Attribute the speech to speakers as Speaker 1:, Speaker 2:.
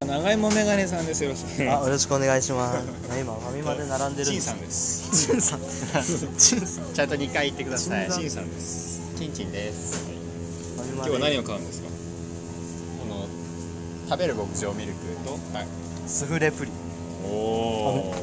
Speaker 1: 長芋メガネさんですよろしくお願いし
Speaker 2: あ
Speaker 1: ま
Speaker 2: よろしくお願いします今ファミマで並んでするん
Speaker 1: チ
Speaker 2: で
Speaker 1: ンさ
Speaker 2: す
Speaker 1: んです
Speaker 2: チンさんチンさんフ
Speaker 3: ちゃんと2回言ってください
Speaker 1: チンさんです
Speaker 3: チンチンです
Speaker 2: ァミ
Speaker 1: 今
Speaker 2: マ
Speaker 1: 日
Speaker 2: で
Speaker 1: は何を買うんですか
Speaker 3: この食べる牧場ミルクと
Speaker 1: とはい
Speaker 2: スフレプリ
Speaker 1: おお